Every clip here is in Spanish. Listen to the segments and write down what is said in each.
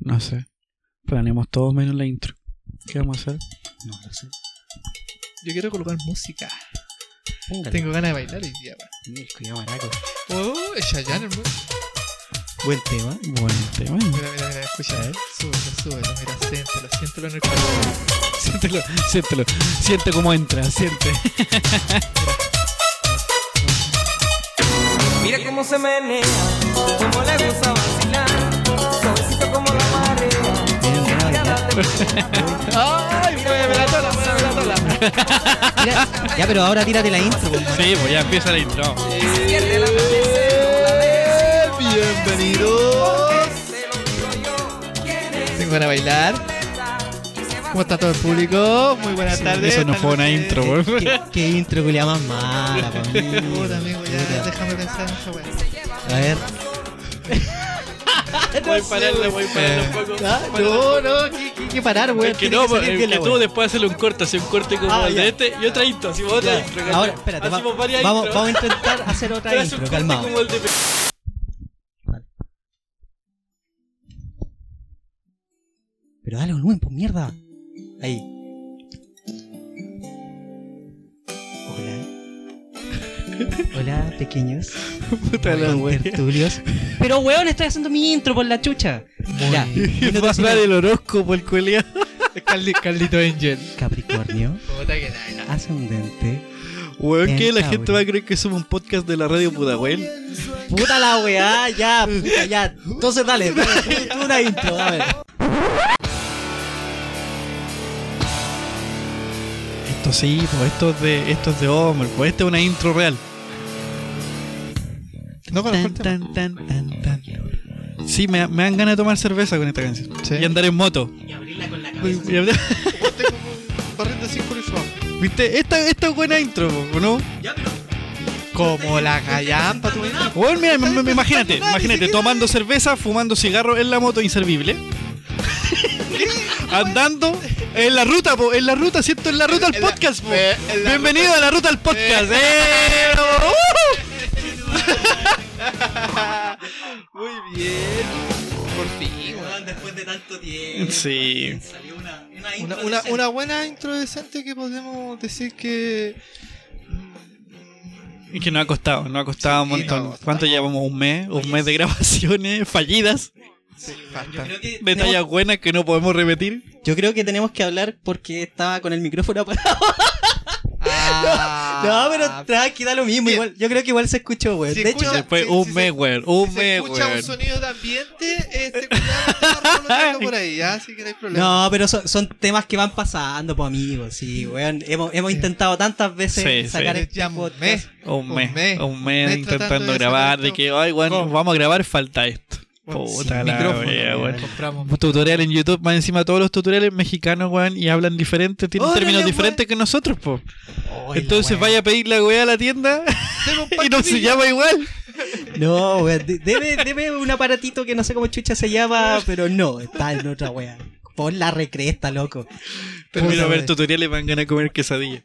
No sé. Planeamos todo menos la intro. ¿Qué vamos a hacer? No lo sé. Yo quiero colocar música. Póngale. Tengo ganas de bailar hoy día, weón. Mira, cuidado, maraco. Oh, es Chayanne, hermano. Buen tema. Buen tema. Mira, mira, mira, escucha. A ver. Súbelo, súbelo, mira, siéntelo, siéntelo en el corazón. Siéntelo, siéntelo. Siente cómo entra, siente. Mira cómo se menea, cómo le gusta vacilar, suavecito como la marea. Bien, nada, ¡Ay, mueve la tola, mueve la tola! ya. Mira, ya, pero ahora tírate la intro, pues, Sí, pues ya empieza la intro. Pierde la cabeza, Eh, ¡Bienvenidos! se lo digo yo. ¿Quién es Tengo ganas de bailar. esta? Y se va ¿Cómo está todo el público? Muy buenas tardes. Eso no fue una Buenas intro, noches. weón. ¿Qué, qué intro que más mala, pa' mí. Puta, amigo, ya, déjame pensar en esa weá. A ver. Voy a pararle, voy a pararle un poco. No, no, ¿qué, qué, qué parar, weón? Que Ah, Tiene no, que salir porque bien la tú wea. después hacerle un corte, hacer un corte como Ah, el ya. de este y otra intro, así otra Ya, intro. ¿cachai? Ahora, espérate, va- Hacemos varias vamos, intros. vamos a intentar hacer Pero otra hace un intro, corte calmado. como el de- Pero dale volumen, pues mierda. Ahí. Hola. Hola, pequeños. Puta la wea. tertulios. Pero weón, estoy haciendo mi intro por la chucha. Ya. uno, Va a dos, hablar uno. el horóscopo, el cueleo. Este Carlito Angel. Capricornio, Puta que nada. ascendente. Weón, que la Pentauro. gente va a creer que somos un podcast de la radio Pudahuel. Puta la weá, ya, puta, ya. Entonces dale, dale, tú, tú una intro, dame. Esto sí, pues esto es de, esto es de Homer, pues esta es una intro real. No Tan, conozco tan, tan, tan, tan. Sí, me, me dan ganas de tomar cerveza con esta canción. Y andar en moto. Y abrirla con la Y hablar- ¿Viste? Esta, esta es buena intro, po, ¿o ¿no? Como la callampa, tú Weón, mira, me- me- imagínate, imagínate, tomando cerveza, fumando cigarro en la moto inservible. pues. Andando en la ruta, po, en la ruta, ¿cierto? En la ruta al podcast, po. eh, Bienvenido a la ruta al podcast. ¡Eh! Muy bien. Por fin. Después de tanto tiempo. Sí. Salió una, una Una, una, una buena intro decente que podemos decir que. Y que nos ha costado, nos ha costado un Sí, nos ha montón. costado. ¿Cuánto llevamos? ¿Un mes? ¿Un mes de grabaciones fallidas? Creo que ¿De tallas buenas que no podemos repetir? Yo creo que tenemos que hablar porque estaba con el micrófono apagado. Ah, no, Ah, pero tranqui, da lo mismo. Igual, yo creo que igual se escuchó, güey. Si de hecho, escucha- Después, Sí, un sí, mes, sí. weón. Un si se mes, escucha un weón. sonido de ambiente, este cuidado, está revoloteando por ahí, ya, así que no hay problema. no, pero son, son temas que van pasando, pues amigos. Sí, güey. Hemos, hemos intentado tantas veces Sí, sacar sí. este Ya un podcast. mes. Un mes. Un mes, mes intentando tratando de grabar. sacar De esto. que, ay, weón, ¿Cómo? vamos a grabar, falta esto. Bueno, Puta sin la micrófono, wea, weón. weón. Compramos. Un Tutorial en YouTube, más encima todos los tutoriales mexicanos, weón, y hablan diferente, tienen Órale, términos weón. diferentes que nosotros, po. Oh, la Entonces güey. vaya a pedir la weá a la tienda y no se llama igual. No, güey. de- Debe, debe un aparatito que no sé cómo chucha se llama, pero no, está en otra, güey. Pon la recresta, loco. Termino Puta, a ver güey. tutoriales, van a ganar a comer quesadillas.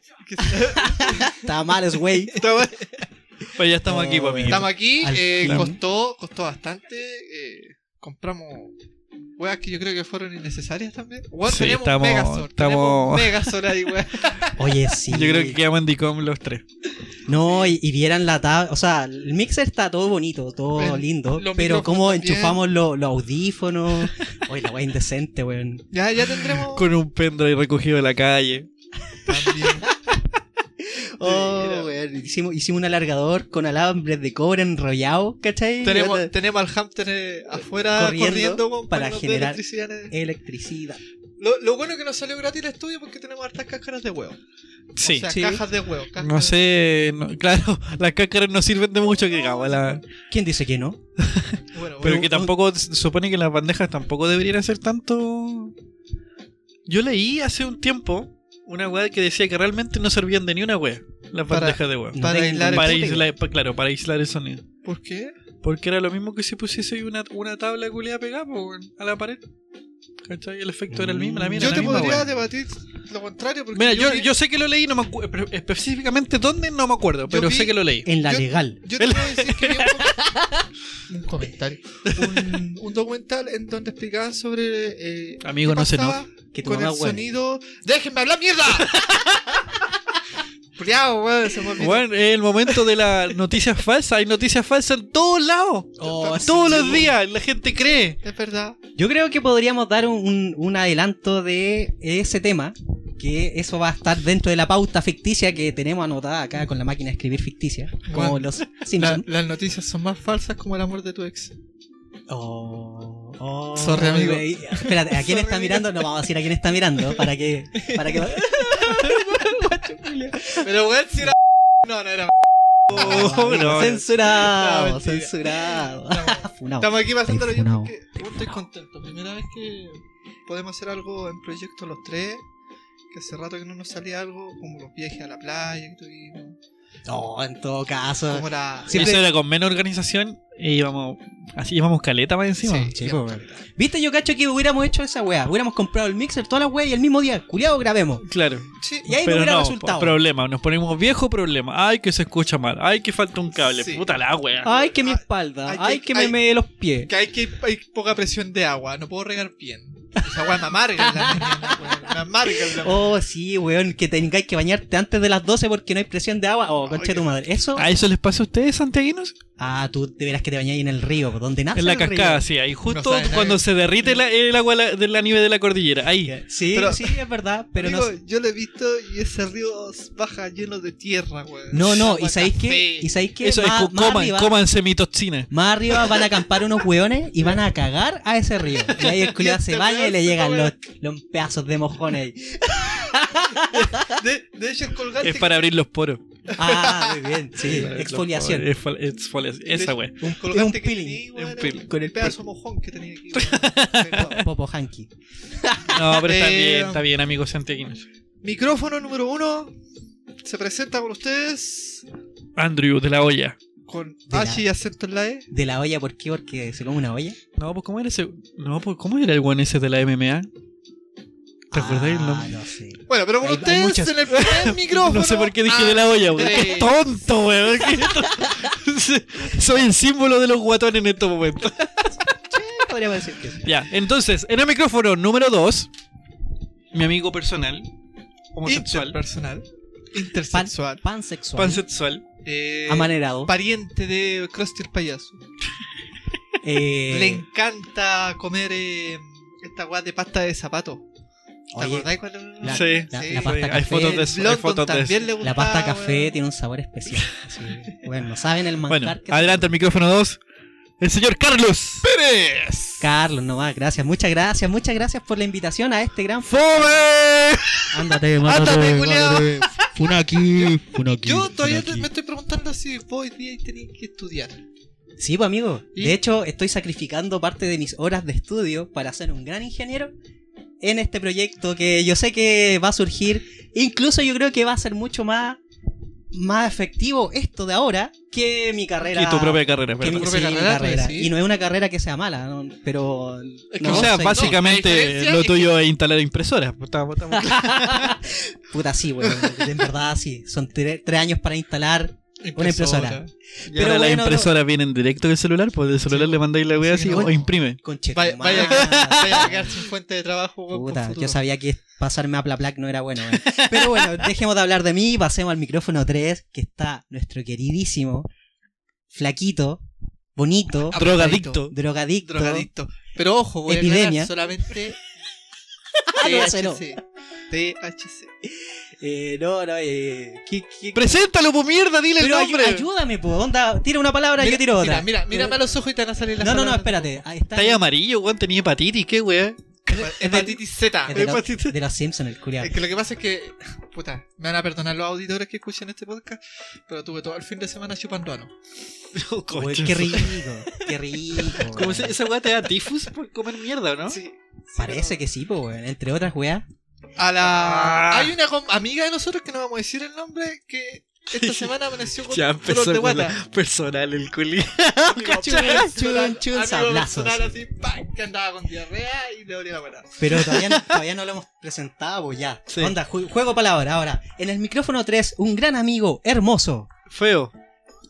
Está mal, es güey. Pues ya estamos No, aquí, po, weón. amiguito. Oh, Estamos aquí, Al eh, plan. costó, costó bastante. eh, compramos weas que yo creo que fueron innecesarias también. Weón, Sí, tenemos estamos- Megazord, estamos- tenemos Megazord ahí, weón. Oye, sí. Yo creo que quedamos en DICOM los tres. No, y, y vieran la tabla. O sea, el mixer está todo bonito, todo El- lindo. los Pero micrófonos cómo también. enchufamos lo- los audífonos. Oye, la wea indecente, weón. Ya, ya tendremos. Con un pendrive recogido de la calle. También. Oh, weón. Hicimos, hicimos un alargador con alambres de cobre enrollado, ¿cachai? Tenemos, Onda- tenemos al hámster eh, afuera Corriendo corriendo, weón, para que nos dé generar- electricidad en el- eh, Electricidad. Lo, lo bueno es que nos salió gratis el estudio porque tenemos hartas cáscaras de huevo. Sí. O sea, Sí. cajas de huevo. cajas no de- sé, no- claro, las cáscaras no sirven de mucho que digamos, la- ¿Quién dice que no? Bueno, bueno. pero que tampoco se supone que las bandejas tampoco deberían ser tanto. Yo leí hace un tiempo una weá que decía que realmente no servían de ni una weá las Para- bandejas de weá. No Para tengo aislar el Para puta idea. aislar, pa- claro, para aislar el sonido. ¿Por qué? Porque era lo mismo que si pusiese una, una tabla culiada pegada po, weón, a la pared. ¿Cachai? El efecto era el mismo, la mira, Yo la te misma podría weá. debatir lo contrario. Porque Mira, yo, vi- yo sé que lo leí, no me acu- pero específicamente dónde no me acuerdo, pero vi- sé que lo leí. En la Yo- legal. Yo te puedo decir que vi un, com- un comentario. Un, un documental en donde explicaban sobre. eh, Amigo, qué no se pasaba Que tu Con el mamá, weón. sonido. ¡Déjenme hablar mierda! Culeado, weón, se me olvidó. Bueno, es el momento de las noticias falsas. Hay noticias falsas en todos lados. Oh, todos sí. los días. La gente cree. Es verdad. Yo creo que podríamos dar un, un- un adelanto de ese tema, que eso va a estar dentro de la pauta ficticia que tenemos anotada acá con la máquina de escribir ficticia, como Bueno. los La- Simpsons. las noticias son más falsas como el amor de tu ex. Oh, oh, Sorry, amigo. güey. Espérate, ¿a quién está mirando? No vamos a decir a quién está mirando, para que... Para que... Pero weón, si era. No, no era. Oh, no. censurado, No, mentira. censurado. Funado. Estamos aquí pasando Estoy yo funado. porque weón, estoy contento. Primera vez que podemos hacer algo en proyecto los tres. Que hace rato que no nos salía algo, como los viajes a la playa que tuvimos. No, en todo caso. Como la. Sí, Siempre- Eso era con menos organización y íbamos. Así íbamos caleta más encima. Sí, chico, íbamos pues, weón. caleta. Viste, yo cacho que hubiéramos hecho esa weá. Hubiéramos comprado el mixer, toda la weá y el mismo día, culiado, grabemos. Claro. Sí, Y ahí no Pero hubiera no, resultado. problema. Nos ponemos viejo problema. Ay, que se escucha mal. Ay, que falta un cable. Sí. Puta la wea. Ay, que mi Ay, espalda. Ay, ay, que, me ay. mee los pies. Que Ah, hay, que hay poca presión de agua, no puedo regar bien. Esa agua me amarga en la mañana, weón, Me amarga en la mañana. Oh, sí, weón, que tengáis que bañarte antes de las 12 porque no hay presión de agua. Oh, concha de tu madre. Eso. ¿A eso les pasa a ustedes, santiaguinos? Ah, tú de veras que te bañáis en el río, donde nace En la el río. cascada, sí. Ahí justo sabe nadie. cuando se derrite la- el agua la- de la nieve de la cordillera. Ahí. Sí, Pero- sí, es verdad, pero no. Amigo, Yo lo he visto y ese río baja lleno de tierra, weón. No, no, y Agua sabéis que. café. Y sabéis que. Eso es, más, co- más coman, arriba, coman semitoxina. más arriba van a acampar unos weones y van a cagar a ese río. Y ahí el culiado se Este baña y weón le se llegan come- los, los pedazos de mojones ahí. De, de hecho, el colgante. Es para abrir los poros. Ah, muy bien, sí. Exfoliación. Los poros, exfol- exfoliación. Esa wea. Un es un colgante que peeling, tenía, weón, un era peeling. Con el pedazo mojón que tenía aquí. weón. Pero- Popo hanky. No, pero está Eh, bien, está bien, amigos santiaguinos. Micrófono número uno. Se presenta con ustedes. Andrew, de la olla. Con De la- H y acento en la E. ¿De la olla por qué? Porque se come una olla. No, pues ¿cómo era ese? No, pues ¿cómo era el buen ese de la MMA? ¿Te acuerdas el Ah, nombre? No sé. Bueno, pero con Hay- hay ustedes muchos. en el primer micrófono. No sé por qué dije de la olla, weón. Andrés. Qué tonto, weón. Qué tonto. Soy el símbolo de los guatones en estos momentos. Podríamos decir que sí. Ya, entonces, en el micrófono número 2, mi amigo personal, homosexual, Interpersonal. Intersexual. Pansexual. pansexual, Eh, Amanerado. pariente de Krusty el payaso. eh, Le encanta comer eh, esta guada de pasta de zapato. ¿Te Oye, acordáis cuál era? la- Sí, la- sí, la sí, pasta hay café. fotos de eso. Blondon fotos de también eso. le La gustaba, pasta café weón. tiene un sabor especial. Sí. Bueno, saben el manjar Bueno, que adelante el micrófono 2, el señor Carlos Carlos, nomás, gracias, muchas gracias, muchas gracias por la invitación a este gran Fome. Ándate, Ándate, culiao. Funa aquí, funa aquí. Yo todavía te- funa aquí. me estoy preguntando si vos hoy día tenéis que estudiar. Sí, pues amigo. ¿Y? De hecho, estoy sacrificando parte de mis horas de estudio para ser un gran ingeniero en este proyecto que yo sé que va a surgir. Incluso yo creo que va a ser mucho más, más efectivo esto de ahora que mi carrera. Y tu propia carrera, que mi- perdón. propia sí, mi carrera, carrera. pues, sí. Y no es una carrera que sea mala, ¿no? pero. que, no o sea, no, sé. la básicamente diferencia lo es que- tuyo es instalar impresoras. pues, estamos- estamos- Puta, sí, weón. En verdad, sí. Son tre- tres años para instalar. Una impresora. Y Pero ahora las bueno, no- impresoras vienen directo del celular, pues del celular le mandáis la weá Sí, así no. o imprime. Conche, tu Vaya, vaya, madre. vaya a quedar sin fuente de trabajo. weón, por Puta, futuro. yo sabía que pasarme a Plaplac no era bueno. eh. Pero bueno, dejemos de hablar de mí y pasemos al micrófono 3, que está nuestro queridísimo, flaquito, bonito, Drogadicto. drogadicto. Ah, Drogadicto. Pero ojo, voy a Epidemia. aclarar solamente Ah, no, ese no. THC. THC. Eh, no, no, eh. ¿qué- qué- Preséntalo, pues mierda, dile Pero el ayu- nombre. ayúdame, po, onda, tira una palabra, Mira, yo tiro otra. Mira, mira, mírame a los ojos y te van a salir las no, no, no, palabras. espérate. Ahí está. Está ahí amarillo, weón, tenía hepatitis, qué weá. Hepatitis Z. Es de, los- hepatitis. de los Simpsons, el culiao. Es que lo que pasa es que, puta, me van a perdonar los auditores que escuchen este podcast, pero tuve todo el fin de semana chupando ano. Oh, Uy, Qué rico, qué rico. Como se- esa weá te da tifus por comer mierda, ¿o ¿no? Sí. Parece que sí, po, weón, entre otras weas. A la... Ah. Hay una com- amiga de nosotros que no vamos a decir el nombre que Esta semana amaneció con Ya dolor empezó de con guata. la personal el culi. Amigo Ah, Chun, personal- chun, chun, amigo sablazos. personal así, ¡pam! que andaba con diarrea y le dolía la guata. Pero todavía no, todavía no lo hemos presentado, pues ya. Sí. Onda, ju- juego palabra. Ahora, en el micrófono 3, un gran amigo, hermoso. Feo.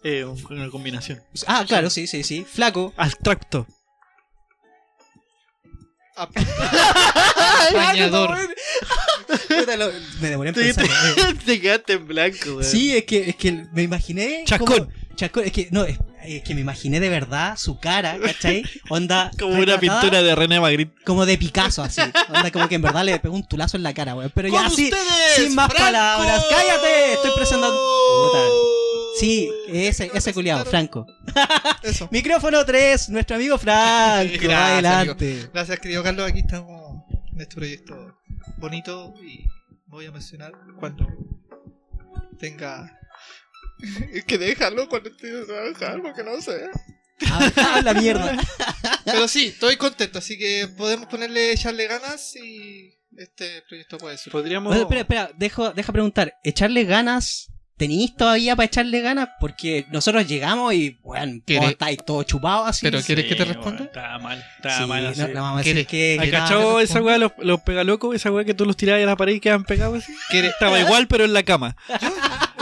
Eh, un- una combinación. Ah, claro, sí, sí, sí. Flaco. Abstracto. Ap- Bañador. Puta, lo- Me demoré en pensar. eh. Te quedaste en blanco, pues, weón. Sí, es que, es que me imaginé. Chascón. como- chascón, es que no, es, es que me imaginé de verdad su cara, ¿cachai? Onda. Como una retratada pintura de René Magritte. Como de Picasso, así. Onda, como que en verdad le pegó un tulazo en la cara, weón. Pero ya ¡Con así. ustedes! sin más Franco! palabras. ¡Cállate! Estoy presentando- Puta. Sí, ese, ese culiado, Franco. Eso. Micrófono 3, nuestro amigo Franco. Gracias, adelante. Gracias, querido Carlos. Aquí estamos en este proyecto bonito y lo voy a mencionar cuando tenga. Es que déjalo cuando esté a trabajar, porque no sé. Ah, la mierda. Pero sí, estoy contento, así que podemos ponerle, echarle ganas y este proyecto puede surgir. Podríamos. Oye, espera, espera, dejo, deja preguntar. ¿Echarle ganas? ¿Tenéis todavía para echarle ganas? Porque nosotros llegamos y, bueno, ¿Quieres? vos estáis todos chupados así. Pero ¿Quieres que te weón, responda? Está mal, está Sí, mal. no, así. no vamos a decir que. ¿Has que nada, cachado que esa weá, los, los pegalocos? Esa weá que tú los tirabas a la pared y quedaban pegados así. Estaba igual, pero en la cama.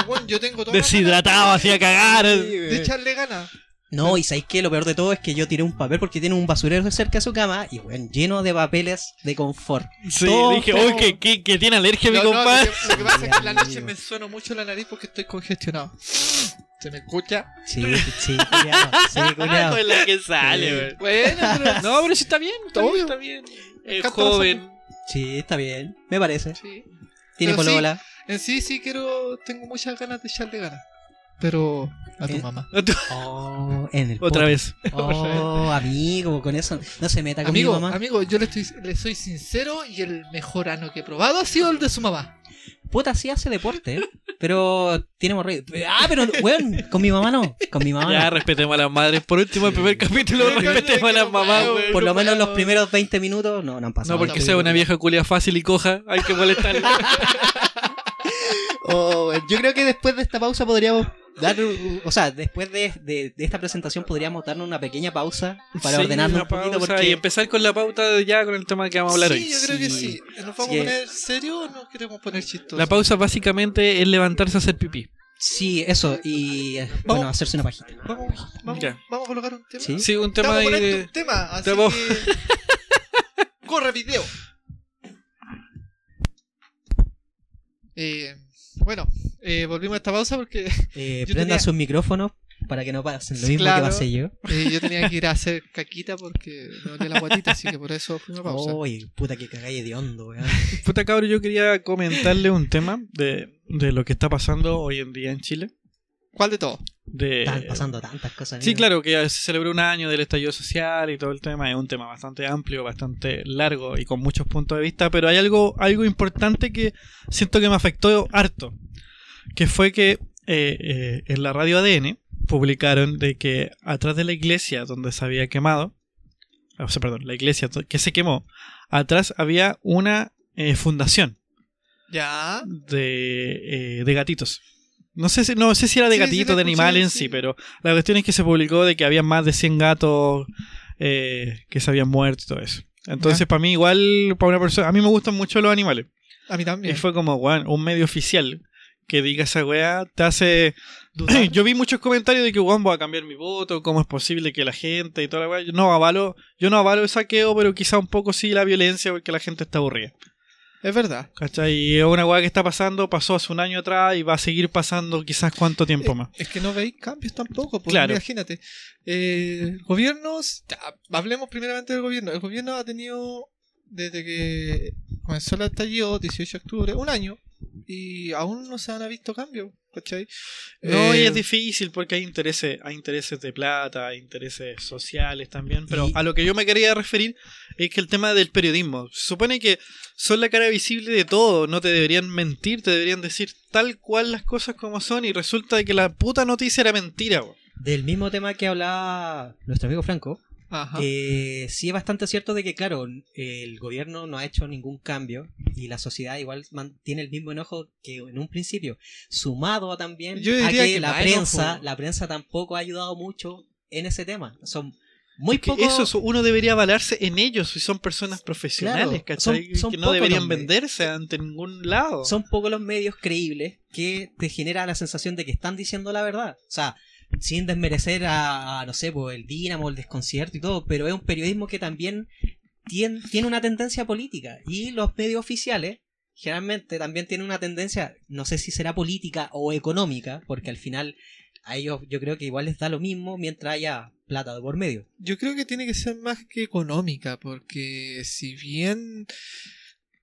Bueno, yo tengo todo. Deshidratado, hacía cagar. De echarle ganas. No, y sabéis que lo peor de todo es que yo tiré un papel porque tiene un basurero cerca de su cama y bueno, lleno de papeles de confort. Sí, Todo dije, feo. uy, que, que- que tiene alergia mi No, no, lo, compadre. que, lo que pasa es que en la noche Amigo. me suena mucho la nariz porque estoy congestionado. ¿Se me escucha? Sí, sí, culiao, sí, culiao. Ah, Con la que Sí. weón. Bueno, pero. No, pero sí está bien, está bien, Obvio. está bien. Es encanta joven. Sí, está bien, me parece. Sí. Tiene Pero sí, polola. En sí, sí quiero. Tengo muchas ganas de echarle ganas. Pero. A tu Eh. mamá. Oh, en el Otra vez. podcast. Oh, amigo, con eso no se meta con Amigo, mi mamá. amigo, yo le, estoy, le soy sincero y el mejor ano que he probado ha sido el de su mamá. Puta, sí hace deporte, ¿eh? pero tiene morrido. Ah, pero, weón, con mi mamá no. Con mi mamá Ya no. respetemos a las madres. Por último, el primer capítulo, Sí, respetemos a que no las mamás, puedo, weón. Por lo no menos los puedo. primeros 20 minutos no, no han pasado. No, porque no, sea no. una vieja culia fácil y coja, hay que molestarla. Oh, weón, yo creo que después de esta pausa podríamos dar. un- O sea, después de, de- de esta presentación podríamos darnos una pequeña pausa para Sí, ordenarnos una un poquito. pausa Porque... Y empezar con la pauta de ya con el tema que vamos a hablar sí, hoy. yo creo que sí. ¿Nos vamos Sí. a poner serio o nos queremos poner chistosos? La pausa básicamente es levantarse a hacer pipí. Sí, eso. Y eh, bueno, hacerse una pajita. Vamos, vamos, Ya. vamos a colocar un tema. Sí. Sí, un Te tema vamos a ahí poner de... tu tema, así te vamos- que... Corre video. Eh, bueno, eh, volvimos a esta pausa porque Eh, Yo prendan tenía- sus micrófonos para que no pasen lo mismo Claro. que pasé yo. eh, yo tenía que ir a hacer caquita porque me dolía la guatita, así que por eso fui a una pausa. Oh. Uy, puta que cagáis de hondo, weón. Puta cabrón, yo quería comentarle un tema de, de lo que está pasando hoy en día en Chile. ¿Cuál de todos? De, Están pasando tantas cosas. Sí, amigo. claro, que se celebró un año del estallido social y todo el tema. Es un tema bastante amplio, bastante largo y con muchos puntos de vista, pero hay algo, algo importante que siento que me afectó harto, que fue que eh, eh, en la radio ADN publicaron de que atrás de la iglesia donde se había quemado, o sea, perdón, la iglesia to- que se quemó, atrás había una eh, fundación Ya. de, eh, de gatitos. No sé, si, no sé si era de Sí, sí, gatitos, lo de escuché, animales en sí. sí, pero la cuestión es que se publicó de que había más de 100 gatos eh, que se habían muerto y todo eso. Entonces, para mí, igual, para una persona, a mí me gustan mucho los animales. A mí también. Y fue como, weón, un medio oficial que diga esa weá, te hace... Dudar. Yo vi muchos comentarios de que, weón, voy a cambiar mi voto, cómo es posible que la gente y toda la weá... Yo no avalo, yo no avalo el saqueo, pero quizá un poco sí la violencia porque la gente está aburrida. Es verdad. ¿Cachai? Y es una weá que está pasando, pasó hace un año atrás y va a seguir pasando quizás cuánto Eh, tiempo más. Es que no veis cambios tampoco, porque Claro. imagínate. Eh, gobiernos, ya, hablemos primeramente del gobierno. El gobierno ha tenido, desde que comenzó el estallido, 18 de octubre, un año, y aún no se han visto cambios, ¿cachai? No, y Eh, es difícil porque hay intereses, hay intereses de plata, hay intereses sociales también, pero Y- a lo que yo me quería referir es que el tema del periodismo, se supone que son la cara visible de todo, no te deberían mentir, te deberían decir tal cual las cosas como son y resulta de que la puta noticia era mentira. weón. Del mismo tema que hablaba nuestro amigo Franco, Ajá. Eh, sí es bastante cierto de que, claro, el gobierno no ha hecho ningún cambio y la sociedad igual mantiene el mismo enojo que en un principio. Sumado también Yo a diría que, que la más prensa, enojo. la prensa tampoco ha ayudado mucho en ese tema. Son muy Que pocos. Eso, su- uno debería avalarse en ellos, si son personas profesionales, Claro, ¿cachai? son- son que no pocos deberían hombres. venderse ante ningún lado. Son pocos los medios creíbles que te genera la sensación de que están diciendo la verdad. O sea, sin desmerecer a, a, no sé, pues, el Dínamo, el desconcierto y todo, pero es un periodismo que también tien- tiene una tendencia política. Y los medios oficiales generalmente también tienen una tendencia, no sé si será política o económica, porque al final a ellos yo creo que igual les da lo mismo mientras haya plata de por medio. Yo creo que tiene que ser más que económica, porque si bien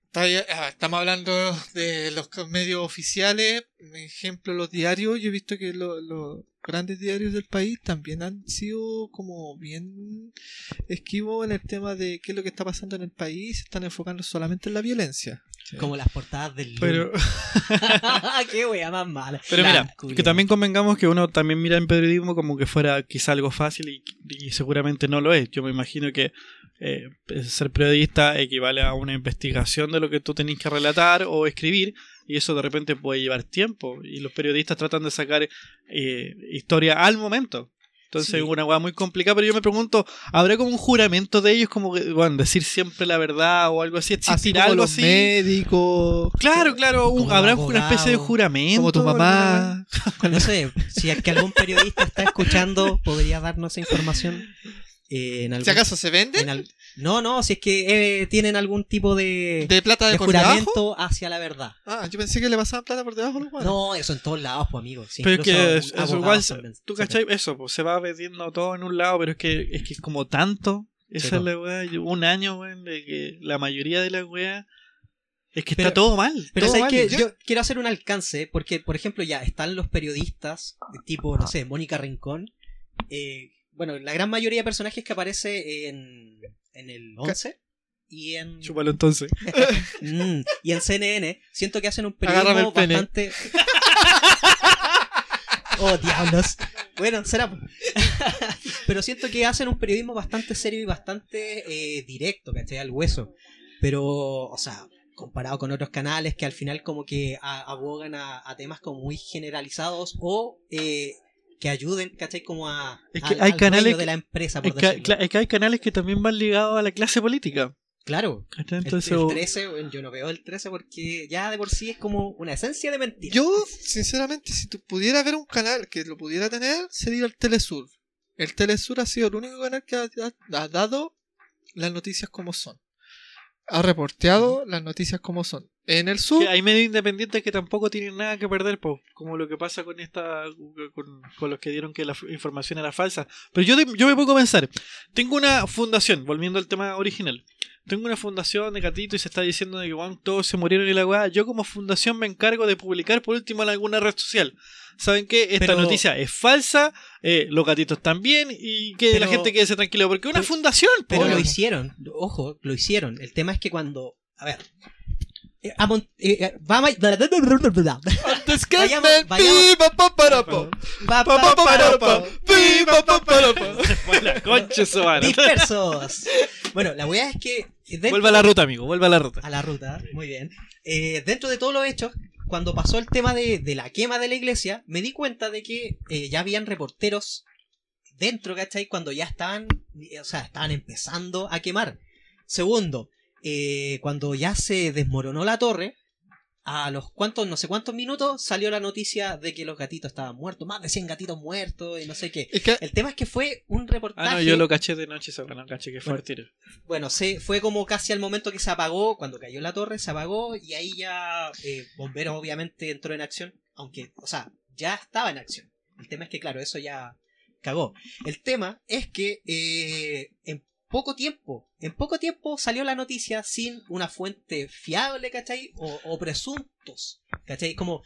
está- ah, estamos hablando de los co- medios oficiales, ejemplo los diarios, yo he visto que lo- los grandes diarios del país también han sido como bien esquivos en el tema de qué es lo que está pasando en el país, se están enfocando solamente en la violencia. Como las portadas del... ¡Ah, Pero, ¡Qué wea más mala! pero La mira, culia. que también convengamos que uno también mira en periodismo como que fuera quizá algo fácil y, y seguramente no lo es. Yo me imagino que eh, ser periodista equivale a una investigación de lo que tú tenés que relatar o escribir y eso de repente puede llevar tiempo y los periodistas tratan de sacar eh, historia al momento. Entonces Sí. es una hueá muy complicada, pero yo me pregunto, ¿habrá como un juramento de ellos como que, bueno, decir siempre la verdad o algo así? Así ¿Existirá como algo los así? médicos, Claro, claro, un- Como habrá abogado, una especie de juramento. como tu ¿verdad? mamá. No sé, si es que algún periodista está escuchando, podría darnos información. eh, en algún, Si acaso se en venden al- no, no, si es que eh, tienen algún tipo de, de plata de, de por debajo. juramento hacia la verdad. Ah, yo pensé que le pasaban plata por debajo a los guanes. No, eso en todos lados, pues, amigo. Sí, Pero es incluso que es- es abogados igual, también. tú cachai, eso, pues, se va vendiendo todo en un lado, pero es que es que es como tanto. Esa Sí, es po. la weá, yo- un año, weón, de que la mayoría de las weas es que Pero- está todo mal. Pero todo sabes mal. que Yo- yo quiero hacer un alcance, porque, por ejemplo, ya están los periodistas, de tipo, no sé, Mónica Rincón. eh, bueno, la gran mayoría de personajes que aparece en, en el 11 y en... Chúpalo entonces. Mm, y en CNN siento que hacen un Agárrame el periodismo pene. bastante. oh, diablos. Bueno, será. po. Pero siento que hacen un periodismo bastante serio y bastante eh, directo, ¿cachai? Al hueso. Pero, o sea, comparado con otros canales que al final como que a- abogan a, a temas como muy generalizados o eh, que ayuden, ¿cachai? Como a, Es que al- hay al canales dueño que- de la empresa, por Es que, decirlo. cla- es que hay canales que también van ligados a la clase política. Claro. ¿cachai? El- Entonces, el, o- 13, bueno, yo no veo el 13 porque ya de por sí es como una esencia de mentira. Yo, sinceramente, si tú pudiera ver un canal que lo pudiera tener, sería el Telesur. El Telesur ha sido el único canal que ha, ha- ha dado las noticias como son. Ha reporteado las noticias como son. En el sur, que hay medios independientes que tampoco tienen nada que perder, po, como lo que pasa con esta con, con los que dieron que la f- información era falsa. Pero yo, de- yo me pongo a pensar, tengo una fundación, volviendo al tema original, tengo una fundación de gatito y se está diciendo de que weón, todos se murieron y la weá, yo como fundación me encargo de publicar por último en alguna red social. ¿Saben qué? Esta Pero- noticia es falsa, eh, los gatitos también, y que la Pero- gente quede tranquilo, porque una pero- fundación, po, Pero lo Obvio. hicieron, ojo, lo hicieron. El tema es que cuando. A ver. eh, a Mon- eh, eh, vamos- Vayamos- vayamos- ¡Viva Paparopo! va- va- ¡Paparopo! ¡Viva Paparopo! Se fue la concha su madre. Dispersos. Bueno, la weá es que. eh, dentro- Vuelva a la ruta, amigo, vuelva a la ruta. a la ruta, muy bien. Eh, dentro de todos los hechos, cuando pasó el tema de, de la quema de la iglesia, me di cuenta de que eh, ya habían reporteros dentro, ¿cachai? Cuando ya estaban, eh, o sea, estaban empezando a quemar. Segundo, eh, cuando ya se desmoronó la torre, a los cuantos, no sé cuántos minutos, salió la noticia de que los gatitos estaban muertos, más de 100 gatitos muertos y no sé qué. Es que El tema es que fue un reportaje Ah, no, yo lo caché de noche, esa weá, no caché que fue Bueno. al tiro. bueno, se, fue como casi al momento que se apagó, cuando cayó la torre, se apagó y ahí ya eh, Bomberos obviamente entró en acción, aunque, o sea, ya estaba en acción. El tema es que, claro, eso ya cagó. El tema es que eh, en poco tiempo, en poco tiempo salió la noticia sin una fuente fiable, ¿cachai? O, o presuntos, ¿cachai? Como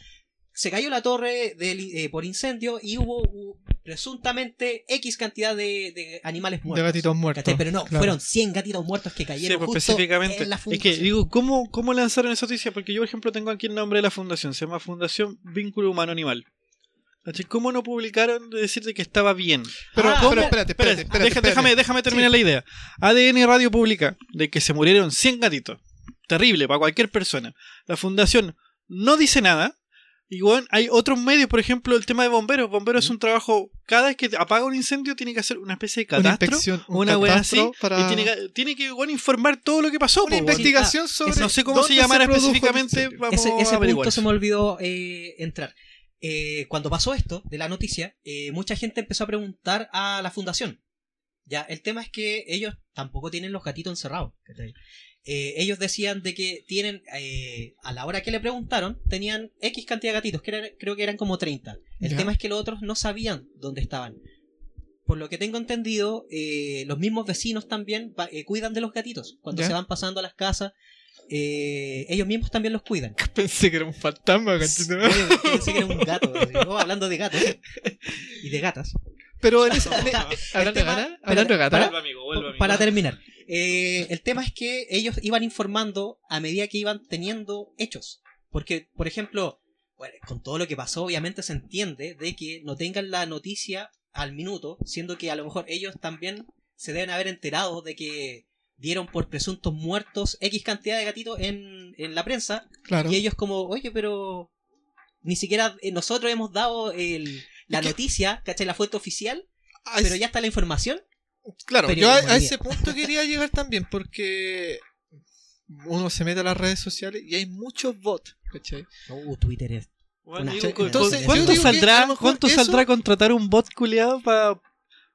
se cayó la torre del- eh, por incendio y hubo u- presuntamente X cantidad de, de animales de muertos. gatitos muertos. ¿Cachai? Pero no, claro. fueron 100 gatitos muertos que Sí, cayeron pues, justo específicamente. en la es que fundación. digo, ¿cómo, ¿cómo lanzaron esa noticia? Porque yo, por ejemplo, tengo aquí el nombre de la fundación. Se llama Fundación Vínculo Humano Animal. ¿Cachai? ¿Cómo no publicaron de decirte que estaba bien? Pero, Ah, pero ¿cómo? espérate, espérate, Espera, espérate, espérate, deja- Déjame, déjame terminar la idea. ADN Radio publica de que se murieron 100 gatitos. Terrible para cualquier persona. La fundación no dice nada. Y bueno, hay otros medios, por ejemplo, el tema de bomberos. Mm. Bomberos es un trabajo, cada vez que apaga un incendio tiene que hacer una especie de Una catastro. inspección, un Una wea así. catastro para- Y tiene que, tiene que, bueno, informar todo lo que pasó. Una po, bueno. investigación sobre. No sé cómo dónde se llamará produjo el específicamente. incendio. Vamos Ese, a ese averiguar. punto se me olvidó eh, entrar. Eh, cuando pasó esto de la noticia, eh, mucha gente empezó a preguntar a la fundación. Ya, el tema es que ellos tampoco tienen los gatitos encerrados. ¿cachai? Eh, ellos decían de que tienen, eh, a la hora que le preguntaron, tenían X cantidad de gatitos, que eran- creo que eran como 30. El Ya. tema es que los otros no sabían dónde estaban. Por lo que tengo entendido, eh, los mismos vecinos también va- eh, cuidan de los gatitos. Cuando Ya. se van pasando a las casas, eh, ellos mismos también los cuidan. Pensé que era un fantasma, cachito. Oye, pensé que era un gato. así, ¿no? hablando de gatos y de gatas. Pero en esa. El ¿Hablando de tema- gata? ¿Hablando de gata? Vuelve, amigo, vuelve, amigo. Para terminar, eh, el tema es que ellos iban informando a medida que iban teniendo hechos. Porque, por ejemplo, bueno, con todo lo que pasó, obviamente se entiende de que no tengan la noticia al minuto, siendo que a lo mejor ellos también se deben haber enterado de que dieron por presuntos muertos X cantidad de gatitos en, en la prensa Claro. Y ellos como, oye, pero ni siquiera eh, nosotros hemos dado el- la noticia, ¿cachai? La fuente oficial, Ah, pero ya está la información. Claro, yo a, Periodismo a al ese punto quería llegar también porque uno se mete a las redes sociales y hay muchos bots, ¿cachai? Uh, Twitter es... Bueno, digo, Entonces, cu- entonces, cu- yo ¿Cuánto, digo que a saldrá, lo mejor ¿cuánto eso- saldrá contratar un bot culiado para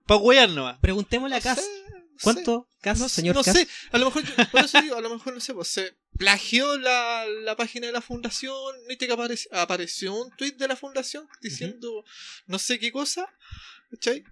pa huear nomás? Preguntémosle a Cas, No sé, no sé, ¿cuánto Cas, no, sé, señor no Cas? sé, a lo mejor, yo- por eso digo, a lo mejor no sé, pues, se plagió la, la página de la fundación, viste que aparec- apareció un tweet de la fundación diciendo no sé qué cosa, ¿cachai?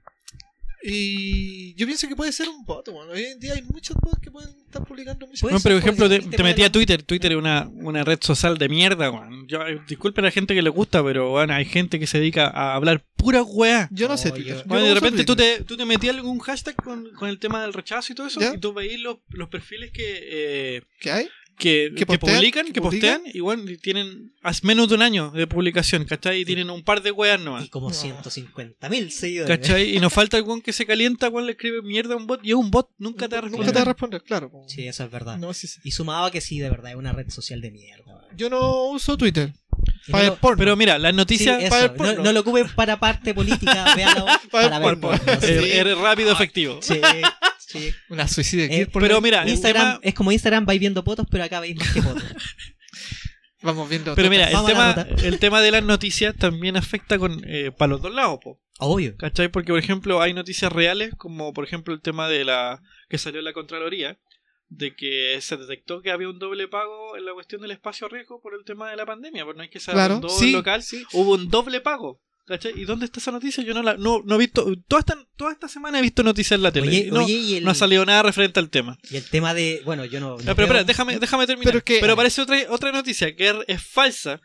Y yo pienso que puede ser un bot, bueno, hoy en día hay muchos bots que pueden estar publicando muchas Puede No, ser, pero por ejemplo, puede ser, te, el te tema metí de a Twitter. Twitter es una, una red social de mierda, weón. Yo- eh, Disculpen a la gente que le gusta, pero weón, hay gente que se dedica a hablar pura weá. Yo no sé, Oh, Twitter. yo- Yo Bueno, no de uso repente tú Twitter. te, tú te metías algún hashtag con, con el tema del rechazo y todo eso, ¿Ya? y tú veías los, los perfiles que, eh, ¿Qué hay? que, Que que postean, publican, que que postean, y bueno, y tienen haz menos de un año de publicación, ¿cachai? Y tienen un par de weas nomás. Y como No. 150.000 seguidores. ¿Cachai? Y nos falta el weón que se calienta, weón le escribe mierda a un bot y es un bot, nunca te va a Nunca te va a responder. responder, claro. po. Sí, eso es verdad. No, sí, sí. Y sumaba que sí, de verdad, es una red social de mierda. weón. Yo no uso Twitter. Y Para no el lo- porno. Pero mira, las Sí, noticias eso, para el no- porno. no, lo ocupen para parte política, véanlo Para el para ver porno. Er, porno, sí. Ah, eh, eres rápido efectivo. Sí, sí. Una suicida Eh, Pero mira, el Instagram, tema- es como Instagram, vais viendo fotos, pero acá veis más que fotos. Vamos viendo. pero mira, el Vamos a tema, la el tema de las noticias también afecta con para los dos lados, po, Obvio. ¿cachai? Porque, por ejemplo, hay noticias reales, como por ejemplo el tema de la que salió en la Contraloría, de que se detectó que había un doble pago en la cuestión del espacio riesgo por el tema de la pandemia, porque no es que se Claro, abundó sí, el local, hubo un doble pago. ¿Cachai? ¿Y dónde está esa noticia? Yo no la no, no he visto. Toda esta, toda esta semana he visto noticias en la tele. Oye, y no, oye, y el, no ha salido nada referente al tema. y el tema de. Bueno, yo No, no. no pero creo- espera, déjame, déjame terminar. Pero Pero, es que- aparece otra, otra noticia que er- es falsa.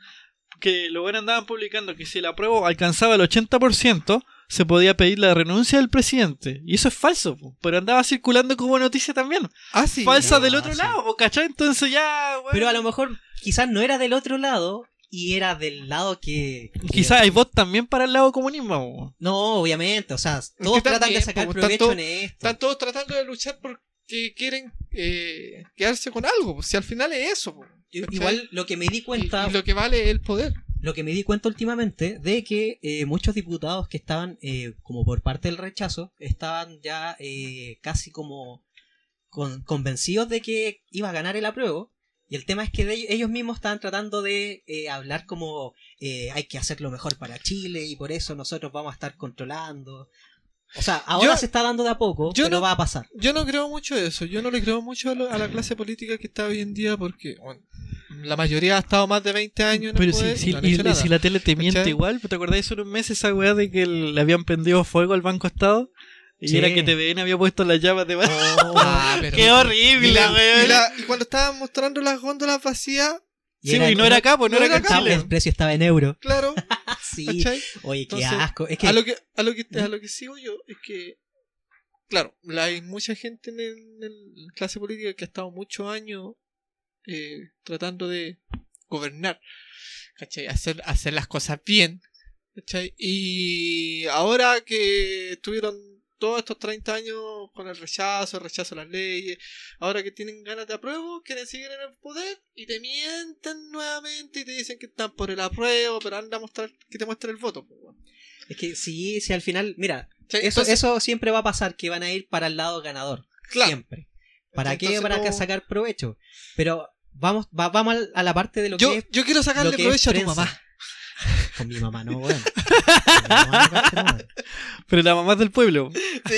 Que luego andaban publicando que si la apruebo alcanzaba el 80%, se podía pedir la renuncia del presidente. Y eso es falso, po, pero andaba circulando como noticia también. Ah, sí. falsa no, del otro sí. lado, po, ¿cachai? Entonces ya, bueno, Pero a lo mejor quizás no era del otro lado y era del lado que. que- Quizás hay voz también para el lado comunista. po. No, obviamente, o sea, todos que tratan también, de sacar pues, po, provecho tanto- en esto. Están todos tratando de luchar porque quieren eh, quedarse con algo. po. Si al final es eso. po. Yo- ¿Cachai? Igual lo que me di cuenta, Y lo... lo que vale es el poder. que me di cuenta últimamente, de que eh, muchos diputados que estaban eh, como por parte del rechazo, estaban ya eh, casi como con- convencidos de que iba a ganar el apruebo. Y el tema es que de- ellos mismos estaban tratando de eh, hablar como eh, hay que hacerlo mejor para Chile y por eso nosotros vamos a estar controlando. O sea, ahora Yo- se está dando de a poco, yo pero no- va a pasar. Yo no creo mucho de eso. Yo no le creo mucho a, lo- a la clase política que está hoy en día porque bueno, la mayoría ha estado más de 20 años en el Pero si, poder. si- y no han y- hecho y nada. si la tele te miente ¿Cachai? igual, ¿te acordáis hace unos meses esa weá de que le habían prendido fuego al Banco Estado? Y Sí. era que TVN había puesto las llaves de... Ah, pero- ¡Qué horrible, y, la- weón! y la- y cuando estaban mostrando las góndolas vacías, Sí, y no era acá, pues no, no era era acá en acá, Chile. El precio estaba en euro. claro. Ah, sí. ¿cachai? Oye, qué Entonces, asco. Es que a, lo que, a, lo que, a lo que sigo yo es que, claro, la- hay mucha gente en, el- en la clase política que ha estado muchos años eh, tratando de gobernar, ¿cachai? Hacer, hacer las cosas bien, ¿Cachai? Y ahora que estuvieron todos estos 30 años con el rechazo, el rechazo a las leyes, ahora que tienen ganas de apruebo, quieren seguir en el poder y te mienten nuevamente y te dicen que están por el apruebo, pero anda a mostrar que te muestre el voto. pues, weón. Es que sí, si al final, mira, ¿Cachai? eso, Entonces, eso siempre va a pasar, que van a ir para el lado ganador. claro, Siempre. ¿Para qué? Entonces, Para no- sacar provecho. Pero vamos, va- vamos al- a la parte de lo yo, que es yo quiero lo sacarle que es provecho a tu prensa. mamá. Con mi mamá no, weón. Con mi mamá no, cacho, no, weón. Pero la mamá es del pueblo. Sí,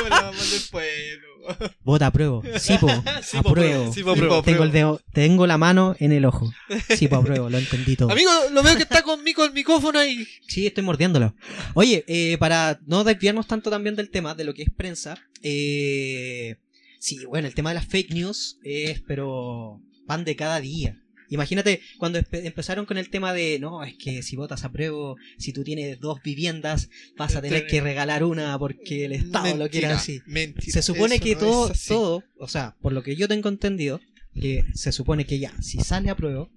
bueno, mamá del pueblo. Vota, apruebo. Sí, po. Sí, po, apruebo. Sí, po, apruebo. Tengo, el dedo, tengo la mano en el ojo. Sí, po, apruebo. Lo entendí todo. Amigo, lo veo que está conmigo el micrófono ahí. Sí, estoy mordiéndolo. Oye, eh, para no desviarnos tanto también del tema, de lo que es prensa, eh, sí, bueno, el tema de las fake news es, pero, pan de cada día. Imagínate cuando empe- empezaron con el tema de, no, es que si votas a prueba, si tú tienes dos viviendas, vas a tener que regalar una porque el Estado lo quiere Mentira, así. mentira. Se supone Eso que no todo, es así. todo, o sea, por lo que yo tengo entendido, que se supone que ya, si sale a prueba,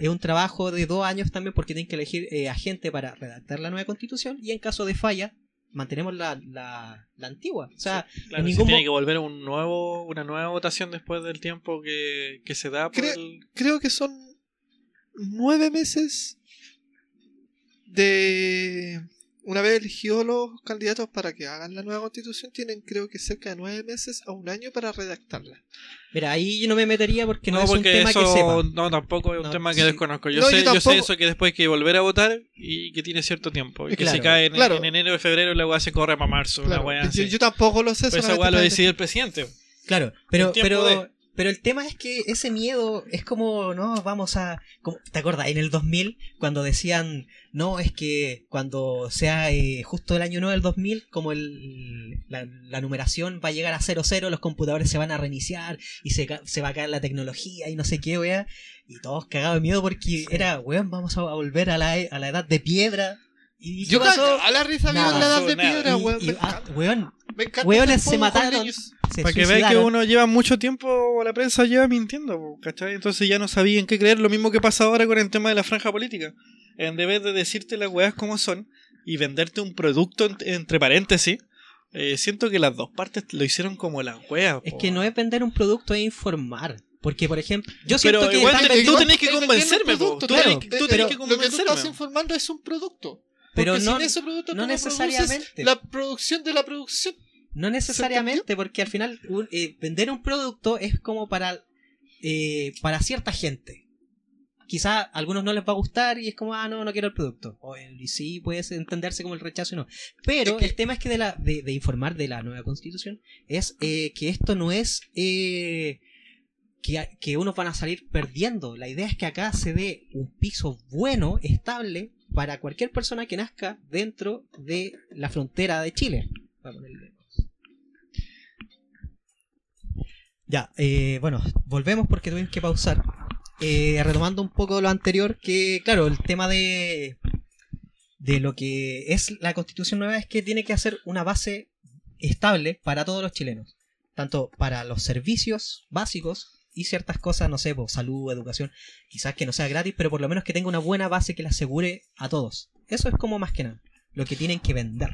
es un trabajo de dos años también porque tienen que elegir eh, a gente para redactar la nueva constitución y en caso de falla, mantenemos la, la, la antigua. O sea, Claro, En si ningún tiene mo- que volver un nuevo, una nueva votación después del tiempo que, que se da por Creo- el- creo que son nueve meses de una vez elegidos los candidatos para que hagan la nueva constitución tienen creo que cerca de nueve meses a un año para redactarla mira, ahí yo no me metería porque no, No, es un porque tema que eso sepa. no, tampoco es un No, tema que sí. desconozco. Yo, No, sé, yo, yo sé tampoco. eso que después hay que volver a votar y que tiene cierto tiempo. Y que Claro, se cae en, claro. en enero o febrero y la weá se corre para marzo. Claro, una weá yo, así. yo este tampoco Pues lo sé Pero esa solamente weá lo para- decide el presidente. Claro, pero, El tiempo pero, de- pero el tema es que ese miedo es como, no, vamos a... como- ¿Te acuerdas? En el 2000, cuando decían, no, es que cuando sea eh, justo el año nuevo del 2000, como el, la, la numeración va a llegar a 00, los computadores se van a reiniciar y se, ca- se va a caer la tecnología y no sé qué, weá. Y todos cagados de miedo porque era, weón, vamos a volver a la, e- a la edad de piedra. ¿Y qué yo pasó? cacho, a la risa me dio Nada. la edad de Nada. piedra Y- weón, y- me ah, encanta, weón, me encanta weones estar con- se con mataron. niños. se Para que vean que suicidaron. uno lleva mucho tiempo, o la prensa lleva mintiendo, po, ¿cachai? Entonces ya no sabía en qué creer. Lo mismo que pasa ahora con el tema de la franja política. En vez de decirte las weas como son y venderte un producto ent- entre paréntesis, eh, siento que las dos partes lo hicieron como las weas. Es po. que no es vender un producto, es informar. Porque, por ejemplo, yo siento Pero que igual te- están tú vendiendo- tenés que Te vendieron convencerme, un po. producto, Tú claro. tenés que- tú Eh, tenés eh, que Lo que tú estás convencerme. informando es un producto Pero Porque no, sin ese producto tú no no produces necesariamente. la producción de la producción no necesariamente, porque al final un- eh, vender un producto es como para, eh, para cierta gente. Quizá a algunos no les va a gustar y es como, ah, no, no quiero el producto. O, eh, y sí, puede entenderse como el rechazo y no. Pero Es que- el tema es que de, la, de, de informar de la nueva constitución es eh, que esto no es eh, que, a- que unos van a salir perdiendo. La idea es que acá se dé un piso bueno, estable, para cualquier persona que nazca dentro de la frontera de Chile. Voy a ponerle- Ya, eh, bueno, volvemos porque tuvimos que pausar. Eh, retomando un poco lo anterior, que claro, el tema de, de lo que es la constitución nueva es que tiene que hacer una base estable para todos los chilenos, tanto para los servicios básicos y ciertas cosas, no sé, po, salud, educación, quizás que no sea gratis, pero por lo menos que tenga una buena base que la asegure a todos. Eso es como más que nada lo que tienen que vender.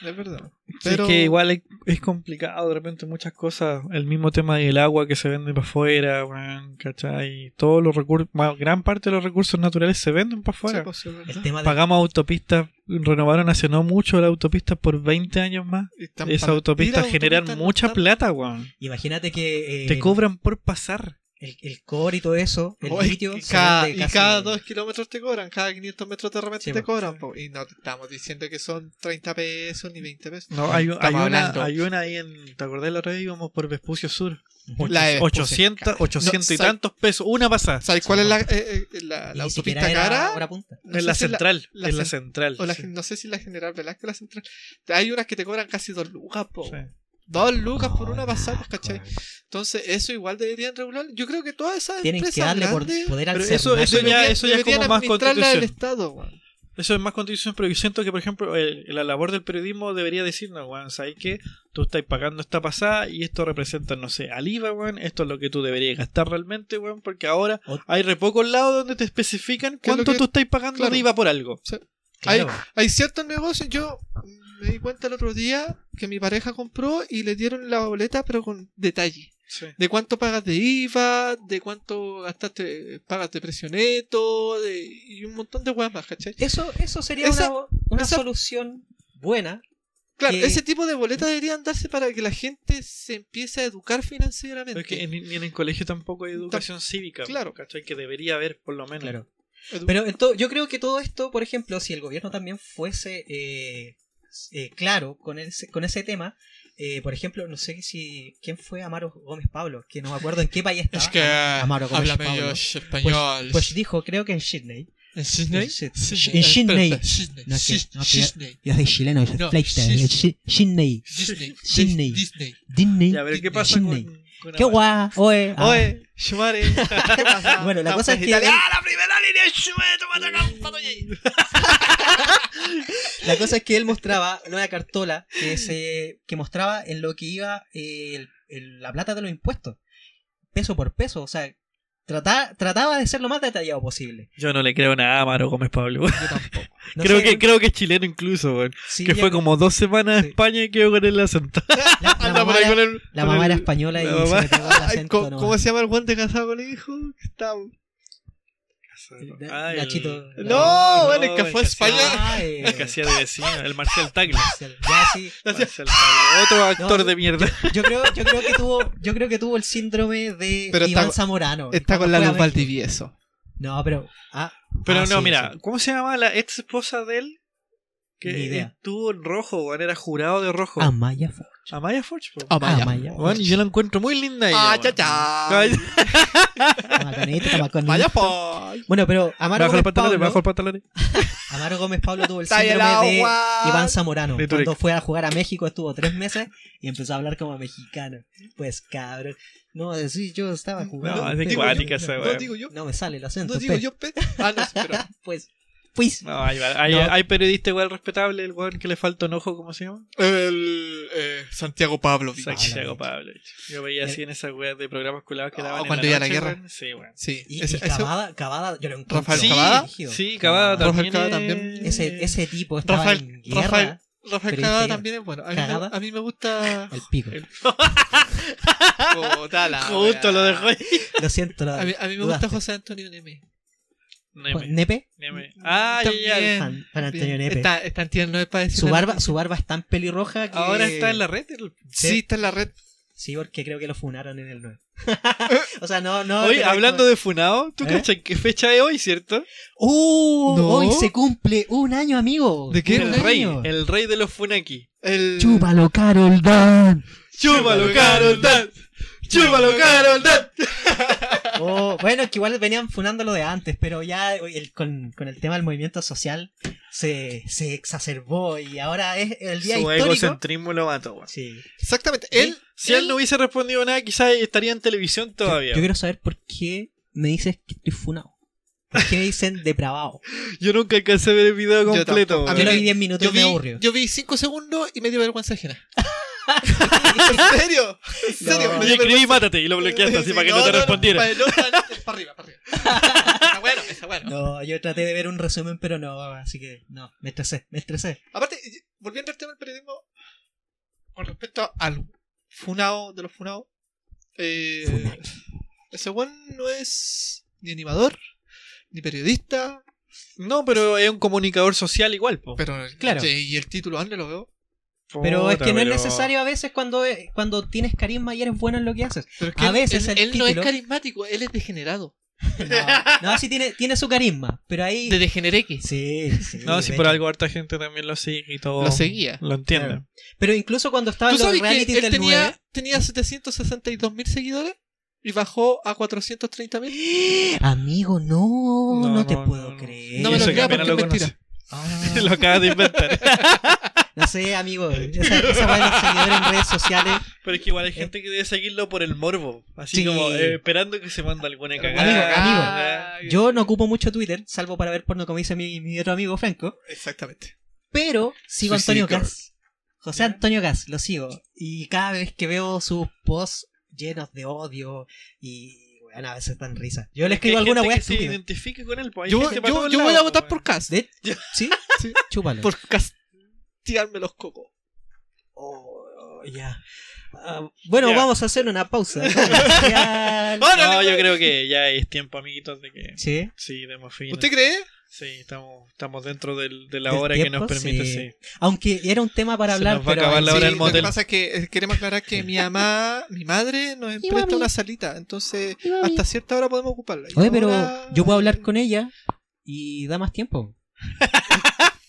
es verdad Sí, es que igual es, es complicado de repente muchas cosas. El mismo tema del agua que se vende para afuera, weón, ¿cachai? Todos los recursos, gran parte de los recursos naturales se venden para afuera. pues, El Este- tema de Pagamos autopistas, renovaron hace no mucho la autopista por 20 años más. Esas autopistas generan mucha plata, weón. Imagínate que eh, Te cobran por pasar. el, el cobre y todo eso, el Oh, y- litio, y se cada, vende y casi- cada 2 kilómetros te cobran, cada 500 metros de repente Sí, te po. cobran. po. Y no te estamos diciendo que son 30 pesos ni 20 pesos. No, hay, hay Estamos una, hablando. hay una ahí en. ¿Te acordás la otra vez? Íbamos por Vespucio Sur. La de- 800, 800 y ¿sabes- tantos pesos. Una pasada. ¿Sabes cuál es la, eh, eh, la, Y la ni siquiera autopista era cara? hora punta. No en sé la si es central. la en la cen- central. o la sí. gen- no sé si la general Velázquez, la central. Hay unas que te cobran casi 2 lucas, po. Sí. 2 lucas por una No, pasada, pues, no, ¿cachai? no. Entonces, eso igual deberían regular. Yo creo que todas esas Tienen que empresas darle por- grandes poder al Pero cernaco. eso ya- deberían- eso ya es como deberían más administrarla del constitución. Estado, weón. Eso es más constitución, pero yo siento que, por ejemplo, el- la labor del periodismo debería decirnos, weón, ¿sabes qué? Tú estás pagando esta pasada y esto representa, no sé, al IVA, weón, esto es lo que tú deberías gastar realmente, weón, porque ahora O- hay re pocos lados donde te especifican ¿Qué es lo cuánto que- tú estás pagando Claro. de IVA por algo. Sí. Claro. Hay ciertos negocios, yo me di cuenta el otro día que mi pareja compró y le dieron la boleta, pero con detalle. Sí. De cuánto pagas de IVA, de cuánto gastaste, pagas de presioneto, de, y un montón de weas más, ¿cachai? Eso, eso sería Esa- una, una esa- solución buena. Claro, Que- ese tipo de boletas deberían darse para que la gente se empiece a educar financieramente. Pero es que ni, ni en el colegio tampoco hay educación cívica. claro. ¿Cachai? Que debería haber, por lo menos. Claro. Edu- Pero ento- yo creo que todo esto, por ejemplo, si el gobierno también fuese eh, eh, claro con ese, con ese tema, eh, por ejemplo, no sé si quién fue Amaro Gómez Pablo, que no me acuerdo en qué país estaba. es que eh, Amaro Gómez háblame Pablo. yo español. Pues dijo, creo que en Sydney. ¿En en Sydney? Syd- Sydney. en Sydney. Espera, Sydney. No, que- Syd- no, que- Sydney. Yo soy chileno, yo soy No, fleita, Syd- yo soy Sydney. Disney. Sydney. Disney. Disney. Ya, pero ¿qué pasa Disney. con, con Qué Amar? guay, oe. ah. Oye, Shumare. ¿Qué pasa? Bueno, la cosa es que- ¡Ah, la primera línea es Shumare! ¡Toma acá, pato y- La cosa es que él mostraba una cartola que se que mostraba en lo que iba eh, el- el- la plata de los impuestos, peso por peso, o sea, trata- trataba de ser lo más detallado posible. Yo no le creo nada a Amaro Gómez Pablo. Yo tampoco. No creo, sé, que, creo que es chileno incluso, weón. sí, que ya- fue como dos semanas Sí. en España y quedó con el acento. la, la Anda por mamá ahí era, con el- la con mamá el- era española y la mamá- se le pegó el Ay, acento. ¿cómo, nomás. cómo se llama el guante casado con el hijo? Que Está... Casado. Da- el- Nachito. No, bueno, el que fue a España. Ah, eh, El que hacía de vecino, el Marcial Tagle. Marcial. Ya, sí. Marcial Tagle, Otro actor No, de mierda. Yo creo, yo creo que tuvo, yo creo que tuvo el síndrome de Pero está- Iván Zamorano. Está con la Cuando fue a luz México. Valdivieso. No, pero. ah, Pero ah, no, sí, mira, sí. ¿cómo se llama la ex esposa de él? Que Ni idea. Ah, estuvo en rojo, weón, era jurado de rojo. Amaya Fo- Amaya Ah, Forge, po. ah, Amaya. Amaya. Weón, y yo la encuentro muy linda. ella, Ah, weón. cha cha. Ay, Ah, Camaconito, camaconito. Vaya por. este Bueno, pero Bajo Amaro los Gómez, pantalones, bajo Pablo, los pantalones. Amaro Gómez Pablo tuvo el Está ahí el síndrome de agua. Iván Zamorano. De Turek. Cuando fue a jugar a México estuvo tres meses y empezó a hablar como mexicano. Pues cabrón. No, sí, yo estaba jugando. No, es de pero- cuática esa No weón. digo yo. No me sale el acento. No digo pe. yo. pe- Ah, no, espera. Pues, pues. No, ahí va. hay, No. hay periodista igual respetable, el weón que le falta un ojo, ¿cómo se llama? El. eh, Santiago Pablo. Santiago Pablo. Yo veía así en esas weas de programas culados que Ah, daban en cuando la iba a la noche, guerra. weón. Sí, weón. Sí. Y, ese- y ese- Cavada, Cavada, yo lo encuentro. Rafael Sí, Cavada. brígido. Sí, Cavada también. Rafael Cavada es- también. Eh, Ese, ese tipo estaba en Rafael. guerra. Rafael. pero Rafael Cagada este- también es bueno. A mí, me, Cagada. a mí me gusta. El pico. Puta la Ah, Justo wea. lo dejó ahí. Lo siento. la- A mí, a mí me dudaste. gusta José Antonio Neme. Neme, ¿Nepe? Neme. Ah, ya, ya. También, Juan- Juan Antonio también. Nepe. Está, está en tierno, es para decir Su la barba, noticia. su barba es tan pelirroja que. Ahora está en la red. el- Sí, está en la red. Sí, porque creo que lo funaron en el 9. o sea, no, no. Oye, pero- hablando de Funao, ¿tú ¿Eh? cachas qué fecha es hoy, cierto? ¡Uh! No. Hoy se cumple un año, amigo. ¿De qué? Un El rey, año. el rey de los Funaki. El... Chúpalo, Carol Dan. ¡Chúpalo, Carol Dan! ¡Chúpalo, Carol Dan! Oh, bueno, que igual venían funándolo de antes, pero ya el- con, con el tema del movimiento social se, se exacerbó y ahora es el día Su histórico. egocentrismo lo mató, weón. Sí. Exactamente, él. Si él no hubiese respondido nada, quizás estaría en televisión todavía. Yo quiero saber por qué me dices que estoy funado. ¿Por qué me dicen depravado? Yo nunca alcancé a ver el video Yo completo. tampoco. A weón. mí Yo lo me- vi 10 minutos Yo y me vi, aburrió. yo vi 5 segundos y me dio vergüenza ajena. ¿En serio? ¿En serio? No. Me Yo dio escribí mátate y lo vergüenza. bloqueaste así para que no te respondiera. Para, no, para, para arriba, para arriba. Está bueno, está bueno. No, yo traté de ver un resumen, pero no, así que no, me estresé, me estresé. Aparte, y- volviendo al tema del periodismo, con respecto al funao de los funaos, eh, ese buen no es ni animador, ni periodista, No, pero es un comunicador social igual, po. pero Claro. che, y el título, ¿dónde lo veo? Pero es Puta, que no es pero- necesario a veces cuando, eh, cuando tienes carisma y eres bueno en lo que haces. Pero es A él- veces él, el él no es título- carismático, él es degenerado. No, no sí tiene, tiene su carisma, pero ahí... De degenereque. Sí, sí. No, si de por hecho. algo harta gente también lo sigue y todo. Lo seguía. Lo entiende. Claro. Pero incluso cuando estaba ¿Tú en los sabes que realities él del tenía, 9... tenía 762 mil seguidores y bajó a 430 mil? ¡Ah! Amigo, no, Oh, no, No, te no, puedo no, no. creer. No me lo Eso que creas apenas porque es lo conoce. mentira. Ah, lo acabas de inventar. no sé, amigo. Esa, esa weá de los seguidores en redes sociales... Pero es que igual hay gente que debe seguirlo por el morbo. Así Sí. como eh, esperando que se manda alguna Amigo, cagada. amigo. Yo no ocupo mucho Twitter, salvo para ver porno como dice mi, mi otro amigo Franco, Exactamente. pero sigo a Suicide Antonio Girl. Gas. José Antonio Gas, lo sigo. Y cada vez que veo sus posts llenos de odio y weá, weón, a veces dan risa. Yo le Que hay escribo alguna gente weá que se estúpida. identifique con él. pues, hay Yo, gente para yo- todos yo voy a lados, votar pues, por Cast. De- ¿Sí? Sí. Chúpalo. Por castigarme los cocos. Oh, ya. Ah, bueno, Ya. vamos a hacer una pausa. comercial. weón. No, yo creo que ya es tiempo, amiguitos, de que Sí. sí, demos fin. ¿Usted cree? Sí, estamos, estamos dentro del- de la ¿Del hora que nos tiempo? permite, Sí. sí. Aunque era un tema para Se hablar, nos va a pero acabar la Sí, hora del Lo que motel. pasa es que eh, queremos aclarar que mi mamá, mi madre, nos presta una salita. Entonces, hasta cierta hora podemos ocuparla. Y Oye, pero ahora- yo puedo hablar con ella y da más tiempo.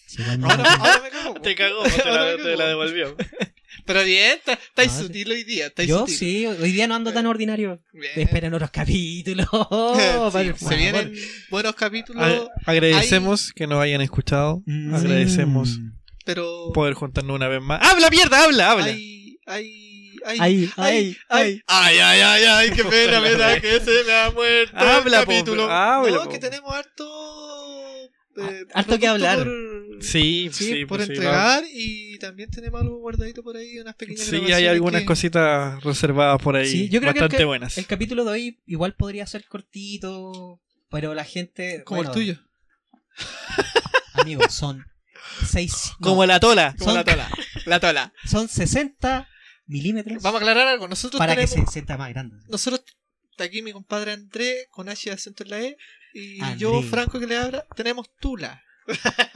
Sí, igual me da Ahora, tiempo. ahora me cago. Te cagó, te Ahora la, me te la cagó. devolvió. Pero bien, está- estáis No, sí. sutil hoy día. Estáis Yo sutil. sí, hoy día no ando tan ordinario. Bien. Esperen otros capítulos. Eh, Sí, Vale, se por vienen favor. buenos capítulos, A- agradecemos que nos hayan escuchado. Mm. Agradecemos pero Pues, poder juntarnos una vez más. ¡Habla, mierda! ¡Habla, habla! hay, hay, hay, Ay, ay, ay. ay, ay, ay, ay, qué pena me da que se me ha muerto Habla, el po, capítulo. habla, no, po. que tenemos harto, eh, Ah, harto que producto hablar. por- Sí, sí, sí, por pues sí, entregar y también tenemos algo guardadito por ahí, unas pequeñas Sí, hay grabaciones algunas que- cositas reservadas por ahí Sí, yo creo que el bastante que- buenas. El capítulo de hoy igual podría ser cortito, pero la gente. como bueno, el tuyo. Amigos, son seis. no, Como la tola. Como la tola. La tola. Son 60 milímetros Vamos a aclarar algo, nosotros para que tenemos, se sienta más grande. nosotros está aquí mi compadre André con H de acento en la E y André. yo Franco que le habla, tenemos tula.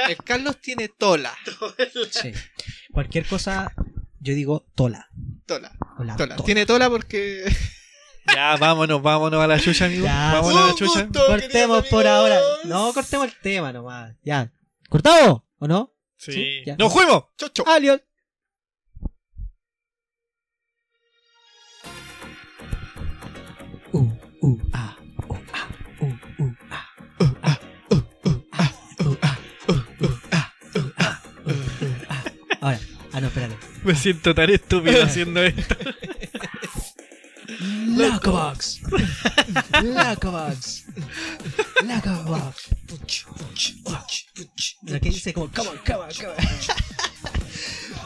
El Carlos tiene tola, Sí. Cualquier cosa, yo digo tola. tola, o la tola. Ah, tola. Tiene tola porque Ya, vámonos, vámonos a la chucha, amigo. Ya. Vámonos a Ah, la Un chucha. gusto, Cortemos queridos por ahora. amigos. No, cortemos el tema nomás. Ya. ¿Cortado? ¿O no? Sí. Sí, ya. ¡Nos fuimos! Chau, chau. Adiós. Uh, uh, ah, uh, ah, uh, uh, ah. uh, ah, Ahora, uh, ah, no, espérate. Me siento tan estúpido haciendo esto. Lacabox. Lacabox. Lacabox. Lo que dice como, come on, come on, come on.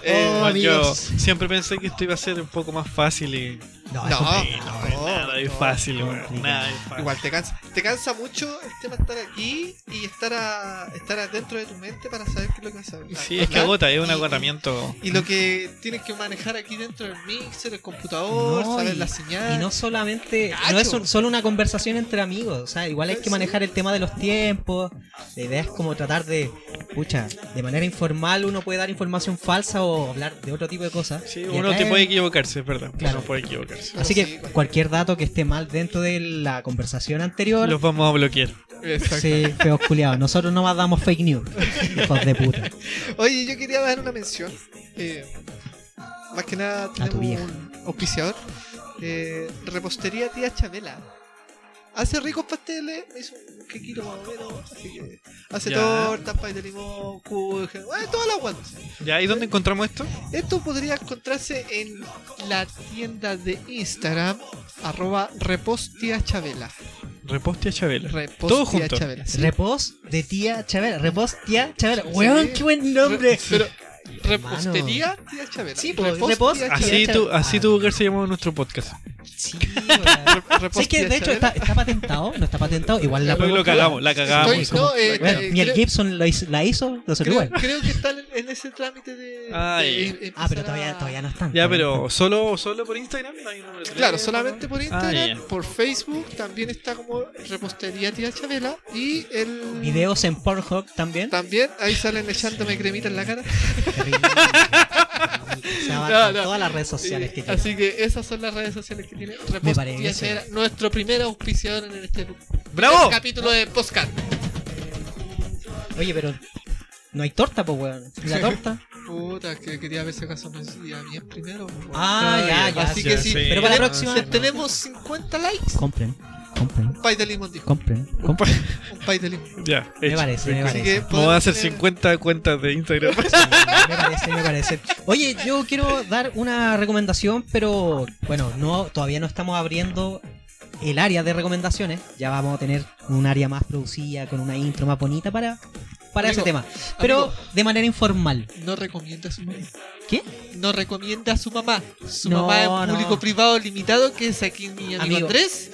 Eh, Oh, bueno, yo amigos. siempre pensé que esto iba a ser un poco más fácil y. No, No, eso es- no, Ay, nada es fácil, no, weón, no, Nada no. es fácil. Ah, Igual te cansa, te cansa mucho el tema estar aquí y estar a, estar adentro de tu mente para saber qué es lo que vas a hablar. Sí, es que agota, es un agotamiento. Y lo que tienes que manejar aquí dentro del mixer, el computador, No, saber y- la señal. Y no solamente, Cacho. no es un- solo una conversación entre amigos, o sea, igual hay que manejar el tema de los tiempos. La idea es como tratar de, pucha, de manera informal uno puede dar información falsa o hablar de otro tipo de cosas. Sí, Y uno acá te es- puede equivocarse, es verdad. Claro. Uno puede equivocarse. Así que cualquier dato que esté mal dentro de la conversación anterior, Los vamos a bloquear. Exacto. sí, feos culiados. Nosotros no más damos fake news, hijos de puta. Oye, yo quería dar una mención. eh, más que nada tu tenemos vieja. un auspiciador. eh, repostería tía Chamela. Hace ricos pasteles, me hizo un quequito más o menos, así que hace Ya. tortas, pay de limón, cuja, eh, bueno, todas las guantes. ¿Ya? ¿Y dónde encontramos esto? Esto podría encontrarse en la tienda de Instagram, arroba repostia chabela. Reposte a Chabela. Repostia Todo junto. chabela. sí. Repos de tía Chabela, repos tía Chabela. Weón, qué buen Re- nombre. pero repostería tía chabela. Sí, pues, Repos repos- tía Chabela. Así, Chabela. tu, así Ah. tuvo que se llamó nuestro podcast. Sí, weón. Repos ¿Sabes que tía de hecho Chabela. está, está patentado? No está patentado, igual la Lo, lo podemos- cagamos, la cagamos. Estoy- no, eh, Bueno, eh, ni el creo- Gibson la hizo, la hizo los Creo, igual. creo que están en- en ese trámite de. Ah, de ya. em- Ah, pero empezar todavía, a- todavía no están. Ya, todavía no pero solo, solo por Instagram. no hay número de Claro, teléfono. solamente por Ah, Instagram, ya. por Facebook, también está como repostería tía Chabela y el. están. Videos en Pornhub también. También, ahí salen echándome cremita en la cara. Terrible. Se van No, a no. todas las redes sociales que tienen. Así que esas son las redes sociales que tiene Repost parece. Tía Chabela, nuestro primer auspiciador en este ¡Bravo! capítulo de podcast. Oye, pero no hay torta, pues, weón. ¿Y la torta? Puta, que quería ver si acaso me decía bien primero. weón. Ah, ya, ya. Así sí. que sí, Pero para la tenemos- próxima- si tenemos 50 likes. Compren, compren, Un pay de limón, dijo. compren, compren. Un pay de limón. Ya, Me hecho. parece, me Así parece. que Vamos a hacer tener- 50 cuentas de Instagram. Me parece, me parece. Oye, yo quiero dar una recomendación, pero bueno, no, todavía no estamos abriendo el área de recomendaciones. Ya vamos a tener un área más producida, con una intro más bonita para para Amigo, ese tema. Pero amigo. de manera informal. No recomienda a su mamá. ¿Qué? No recomienda a su mamá. Su No, mamá es un no. público privado limitado, que es aquí mi amigo, Amigo. Andrés,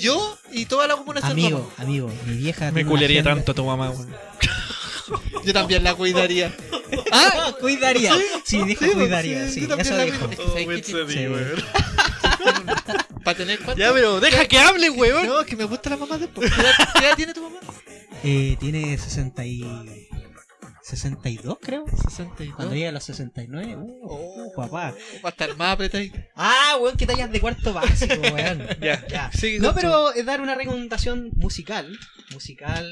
yo y toda la comuna de San Amigo, amigo, mi vieja. Me tiene una culearía agenda- tanto a tu mamá, weón. Ramón. Yo también la cuidaría. ¡Ah! Ah, cuidaría. Sí, dijo cuidaría. pues, Sí, yo también eso la dijo. cuidaría. Oh, buen Sí. weón. Para tener cuánto. Ya, pero deja que hable, weón. No, es que me gusta la mamá después. ¿Qué edad, qué edad tiene tu mamá? Eh, tiene 60 y... 62, creo. 62. Cuando llega a los 69, uh, Oh. papá. Va a estar más apretadito. Ah, weón, que tallas de cuarto básico, weón. Ya. Ya. Sigue No, con tu- pero es dar una recomendación musical. Musical,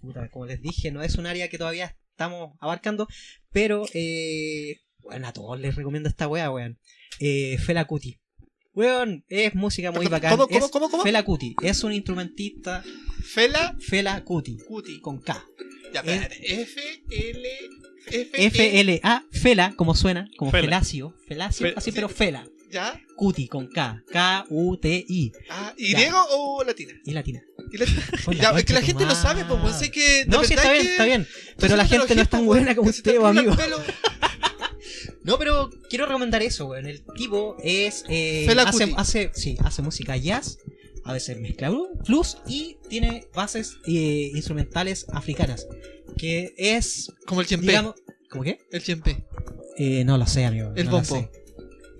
puta, como les dije, no es un área que todavía estamos abarcando, pero, eh, bueno, a todos les recomiendo esta weá, weón. Eh, Fela Kuti. Weón, es música muy bacán. ¿Cómo, cómo, Es cómo, cómo? Fela Kuti. Es un instrumentista, Fela Fela Kuti, Cuti. con K. Ya, Eh. espérate. F, L, F, E, F-L-A, Fela, como suena, como Fela. Felacio. Felacio, Fe- así, pero Fela. ¿Ya? Cuti, con K. K-U-T-I. Ah, ¿Y Ya. griego o latina? Y latina. Y latina. Oye, Ya, es que la concha tu gente lo sabe, pues, weón. madre. sé que. de No, sí, verdad está bien, que- está bien. Pero Entonces, la gente no es tan buena como pues, que se te usted, arruga el amigo. pelo. No, pero quiero recomendar eso, weón. El tipo es. eh, Fela hace, Kuti. hace, sí, hace música jazz, a veces mezcla blu- blues y tiene bases eh, instrumentales africanas. Que es, Como el chempé. digamos. ¿Cómo qué? El chempé. Eh, no lo sé, amigo. El no lo bombo. sé.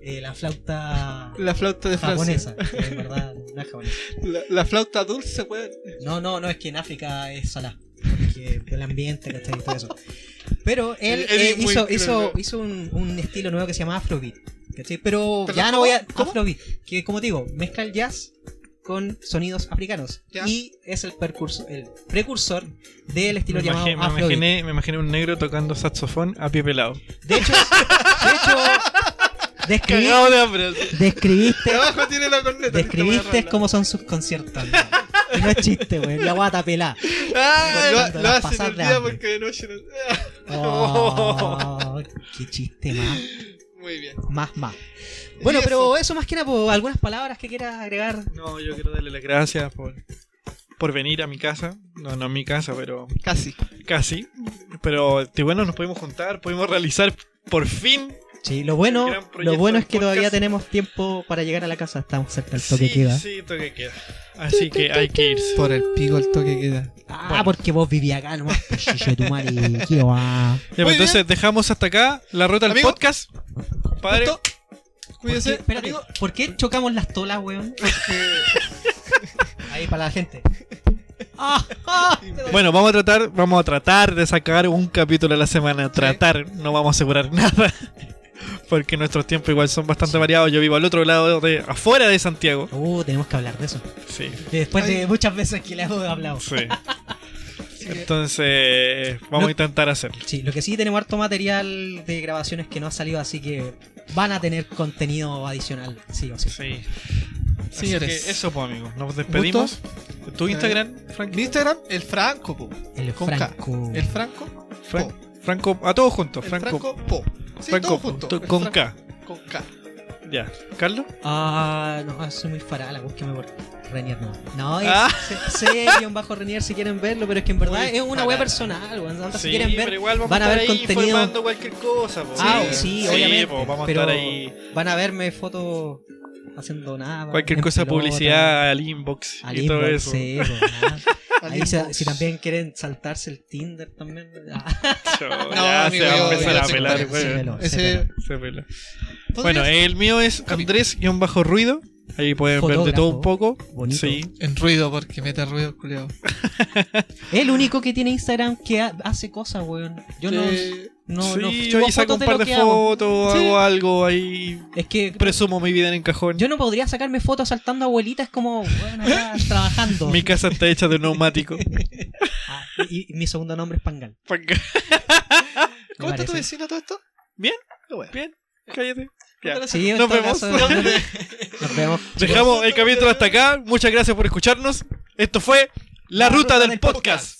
Eh, la flauta La Ah, flauta de Francia. japonesa. que En verdad, no es japonesa. La, la flauta dulce, weón. No, no, no, es que en África es salá. Porque el ambiente, ¿cachai? Y todo eso. Pero él Él eh, es muy hizo, cruel, hizo, ¿no? hizo un, un estilo nuevo que se llama Afrobeat. ¿cachai? Pero ¿Perdón, ya no cómo? voy a. ¿Cómo? Afrobeat. Que como te digo, mezcla el jazz con sonidos africanos. Ya. Y es el, percurso, el precursor del estilo Me llamado imaginé, me, Afrobeat. imaginé, me imaginé un negro tocando saxofón a pie pelado. De hecho, de hecho describí- Cagado de hambre. describiste, Abajo tiene la corneta. describiste cómo son sus conciertos. amigo. Y No es chiste, güey. La guata pelada. Ah, lo, Cuando lo las hace pasas en el de día hambre. porque de noche no. Ah, Oh, qué chiste más, Muy bien. más, más. Bueno, Y pero eso más que nada, po, algunas palabras que quieras agregar. No, yo quiero darle las gracias por, por venir a mi casa. No, no a mi casa, pero Casi. casi. Pero este, bueno, nos pudimos juntar, pudimos realizar por fin. Sí, lo bueno, El gran proyecto lo bueno es del que todavía podcast. tenemos tiempo para llegar a la casa. Estamos cerca del toque sí, queda. sí, toque queda. Así que hay que irse. Por el pico el toque queda. Ah, Bueno. porque vos vivís acá nomás. pues, chicho de tu madre, qué va. Ya, Muy pues, entonces dejamos hasta acá la ruta del Amigo. podcast. Padre, Justo. ¿Por qué, Cuídense, espérate, amigo. ¿por qué chocamos las tolas, weón? Ahí para la gente. Ah, ah, bueno, vamos a tratar, vamos a tratar de sacar un capítulo a la semana. Tratar, no vamos a asegurar nada. Porque nuestros tiempos igual son bastante variados. Yo vivo al otro lado de afuera de Santiago. Uh, tenemos que hablar de eso. Sí. Después Ay. de muchas veces que le hemos hablado. Sí. Entonces, vamos a intentar hacerlo. Sí, lo que sí tenemos harto material de grabaciones que no ha salido, así que van a tener contenido adicional, sí o sí. Sí. Así Señores. Eh, que eso, pues, amigos. Nos despedimos. ¿Tu Instagram, Mi Instagram, el Franco, po. El Con Franco. K. El Franco. Fran- Po. Franco, a todos juntos. El Franco, Franco, Po. Sí, Franco, todo junto. tú- El con Franco K. Con K. Ya. ¿Carlos? Ah, no, soy muy farala, búsqueme por Renier, no. No, es Ah. C-Bajo Renier si quieren verlo, pero es que en verdad Muy es una farala. web personal, weón. Anda, si Sí, quieren pero ver, igual vamos van a estar ver ahí contenido. informando cualquier cosa. po. Ah, sí, obviamente, po, vamos pero- a estar ahí. van a verme fotos haciendo nada. Cualquier en cosa, pelota, publicidad al inbox Al y todo inbox, eso. sí, weón. Al Ahí se- inbox. si también quieren saltarse el Tinder también. ah. Chao, No, ya amigo, se va yo- a empezar yo a sé pelar, cuál es, güey. sí, velo. Ese. Se pela. Bueno, eh, Bueno, el mío es Andrés-ruido. Ahí pueden ver de todo un Fotógrafo. poco. Bonito. Sí. en ruido, porque mete ruido, culiao. el único que tiene Instagram que ha- hace cosas, weón. Yo no, Eh, no, sí, no yo ahí saco un de par lo de que hago. fotos, Sí. hago algo ahí. Es que Presumo mi vida en el cajón. yo no podría sacarme fotos saltando abuelitas como, weón, acá trabajando. Mi casa está hecha de un neumático. Ah, y, y mi segundo nombre es Pangal. ¿Cómo me está tu parece. vecino todo esto? Bien. Qué bueno. Bien, cállate. Ya. Sí, en Nos todo vemos. caso, Nos vemos. Dejamos el capítulo hasta acá. Muchas gracias por escucharnos. Esto fue La Ruta del Podcast.